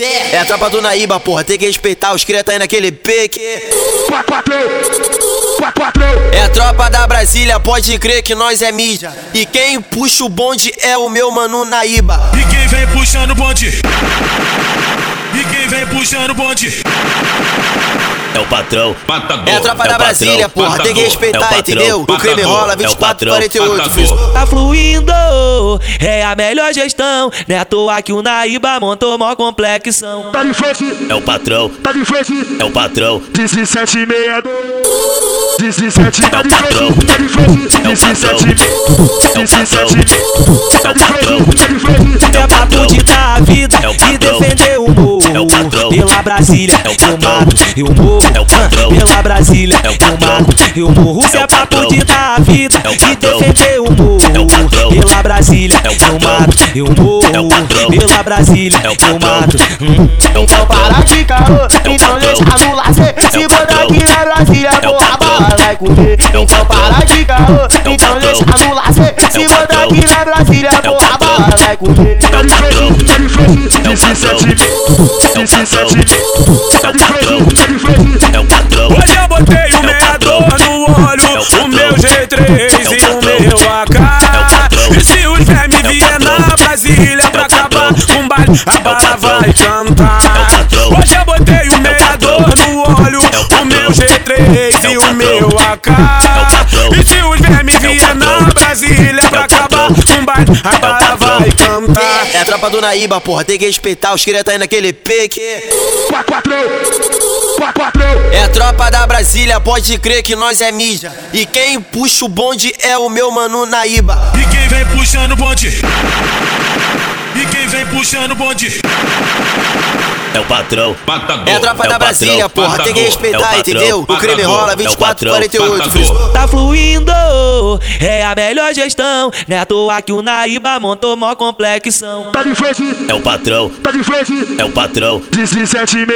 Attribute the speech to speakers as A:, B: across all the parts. A: É a tropa do Naíba, porra, tem que respeitar os cria tá aí naquele pique. É a tropa da Brasília, pode crer que nós é mídia. E quem puxa o bonde é o meu mano Naíba.
B: E quem vem puxando o bonde? E quem vem puxando o bonde?
C: É o patrão.
A: É a tropa da Brasília, porra, tem que respeitar, entendeu? é O é crime rola 24, 48, frisou.
D: tá fluindo, é a melhor gestão. Não é à toa que o Naíba montou mó complexão.
E: Tá de frente,
C: É o patrão.
E: tá de frente,
C: É o patrão.
E: 1762. 17, tá de
C: patrão.
E: frente, tá de frente,
C: É o
E: 17,
C: É o
E: 17,
C: patrão. É
E: tá
C: o
E: de frente, tá de frente.
C: patrão.
D: É pra
C: patrão.
D: acreditar a vida
C: É o
D: e
C: patrão.
D: defender o
C: É o patrão.
D: morro. Pela Brasília,
C: É o
D: eu
C: patrão.
D: mato, eu morro.
C: É o patrão.
D: Pela Brasília,
C: É o
D: eu
C: patrão.
D: mato, eu morro. Se
C: É o
D: é pra
C: patrão.
D: acreditar a vida
C: É o
D: e
C: patrão.
D: defender
C: É
D: o
C: o
D: morro.
C: patrão.
D: Pela Brasília,
C: É o
D: eu
C: patrão.
D: mato, eu
C: É o patrão.
D: morro. Pela Brasília,
C: É o
D: eu
C: patrão.
D: mato. Hum,
C: É o
F: Então
C: patrão.
F: para de caô, então deixa no lazer
C: É o patrão.
F: Se botar aqui na Brasília,
C: É o
F: porra, a
C: patrão.
F: bala vai
C: É
F: comer
C: o
F: Então
C: patrão.
F: para de caô, então
C: patrão.
F: deixa no lazer
C: É
F: Se
C: o
F: botar
C: patrão.
F: aqui na Brasília,
C: É o
F: porra, a
C: patrão.
F: bala vai comer
C: É o
E: Tá de
C: patrão.
E: frente, tá de frente,
C: É o patrão.
E: 17,
C: É o
E: 17,
C: É
E: tá
C: o
E: de
C: patrão.
E: frente, tá de frente.
C: É o patrão.
B: Hoje eu botei o
C: É o patrão.
B: meador no
C: É o
B: olho,
C: patrão.
B: o meu G3
C: É o
B: e o
C: patrão.
B: meu
C: É o patrão.
B: AK. E se o Jaime
C: É o
B: vier
C: patrão.
B: na Brasília pra
C: É o patrão.
B: acabar com o baile,
C: É
B: a
C: o
B: bala
C: patrão.
B: vai
C: É o
B: cantar.
C: patrão. É
B: Hoje eu botei o
C: patrão.
B: meador no olho,
C: um É o
B: o
C: patrão.
B: meu G3
C: É o
B: e o
C: patrão.
B: meu AK.
C: É o patrão. É
B: E se o Jaime vier
C: patrão. É
B: na Brasília pra acabar
C: patrão. É
B: com o baile, a bala
C: patrão.
B: vai cantar.
A: É a tropa do Naíba, porra, tem que respeitar os cria tá aí naquele pique.
E: 4, 4,
A: É a tropa da Brasília, pode crer que nós é mídia. E quem puxa o bonde é o meu mano Naíba.
B: E quem vem puxando o bonde? E quem vem puxando o bonde?
C: É o patrão.
A: É a tropa da Brasília, porra, tem que respeitar, entendeu? O crime rola 24, 48, frisou.
D: Tá fluindo, é a melhor gestão. Não é à toa que o Naíba montou mó complexão.
E: tá de frente,
C: É o patrão.
E: tá de frente.
C: É o patrão.
E: 17,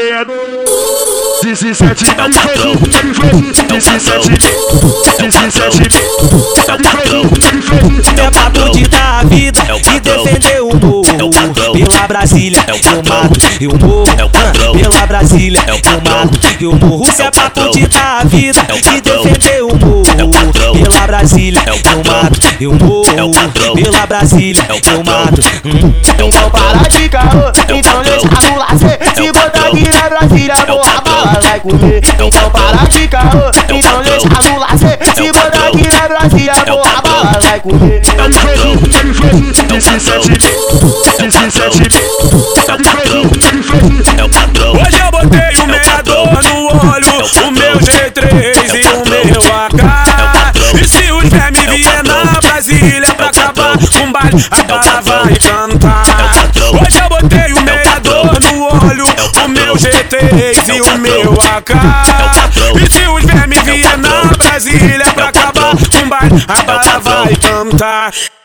E: 17, tá de frente, tá de frente.
C: É o patrão.
E: 17,
C: É o patrão.
E: 17,
C: É
E: tá
C: o
E: de
C: patrão.
E: frente, tá de frente.
D: É pra
C: patrão.
D: acreditar a vida
C: É o
D: e
C: patrão.
D: defender o morro.
C: É o patrão.
D: Pela Brasília,
C: É o
D: eu
C: patrão.
D: mato, eu morro.
C: É o patrão.
D: Pela Brasília,
C: É o
D: eu
C: patrão.
D: mato, eu morro. Se
C: É o
D: é pra
C: patrão.
D: acreditar a vida
C: É o
D: e
C: patrão.
D: defender o morro.
C: É o patrão.
D: Pela Brasília,
C: É o
D: eu
C: patrão.
D: mato, eu
C: É o
D: morro.
C: patrão.
D: Pela Brasília,
C: É o
D: eu
C: patrão.
D: mato. Hum.
C: É o patrão.
F: Então para de caô,
C: patrão.
F: então deixa no lazer
C: É
F: Se
C: o
F: botar aqui
C: patrão.
F: na Brasília,
C: É o
F: porra, a
C: patrão.
F: bala vai comer
C: É o
F: Então
C: patrão.
F: para de caô,
C: É o
F: então
C: patrão.
F: deixa no lazer
C: É
F: Se
C: o
F: botar
C: patrão.
F: aqui na Brasília,
C: É o
F: porra, a
C: patrão.
F: bala vai comer
C: É o patrão.
E: Tá de frente,
C: É o patrão.
E: 17,
C: É o patrão.
E: 17,
C: É
E: tá
C: o
E: de
C: patrão.
E: frente, tá de frente.
C: É o patrão.
B: Hoje eu botei o meador no
C: É o
B: olho,
C: patrão.
B: o meu G3
C: É o
B: e o
C: patrão.
B: meu
C: É patrão.
B: AK. E se o Jaime
C: É o
B: vier
C: patrão.
B: na Brasília pra
C: É o patrão.
B: acabar com o baile,
C: É
B: a
C: o
B: bala
C: patrão.
B: vai cantar.
C: É o patrão.
B: Hoje eu botei o meador
C: patrão.
B: no olho,
C: É o
B: o meu
C: patrão.
B: G3
C: É o
B: e o
C: patrão.
B: meu AK.
C: É o patrão.
B: E se o Jaime
C: É o
B: vier na
C: patrão.
B: Brasília
C: É o É
B: pra acabar
C: patrão.
B: com o baile, a bala
C: patrão.
B: vai cantar.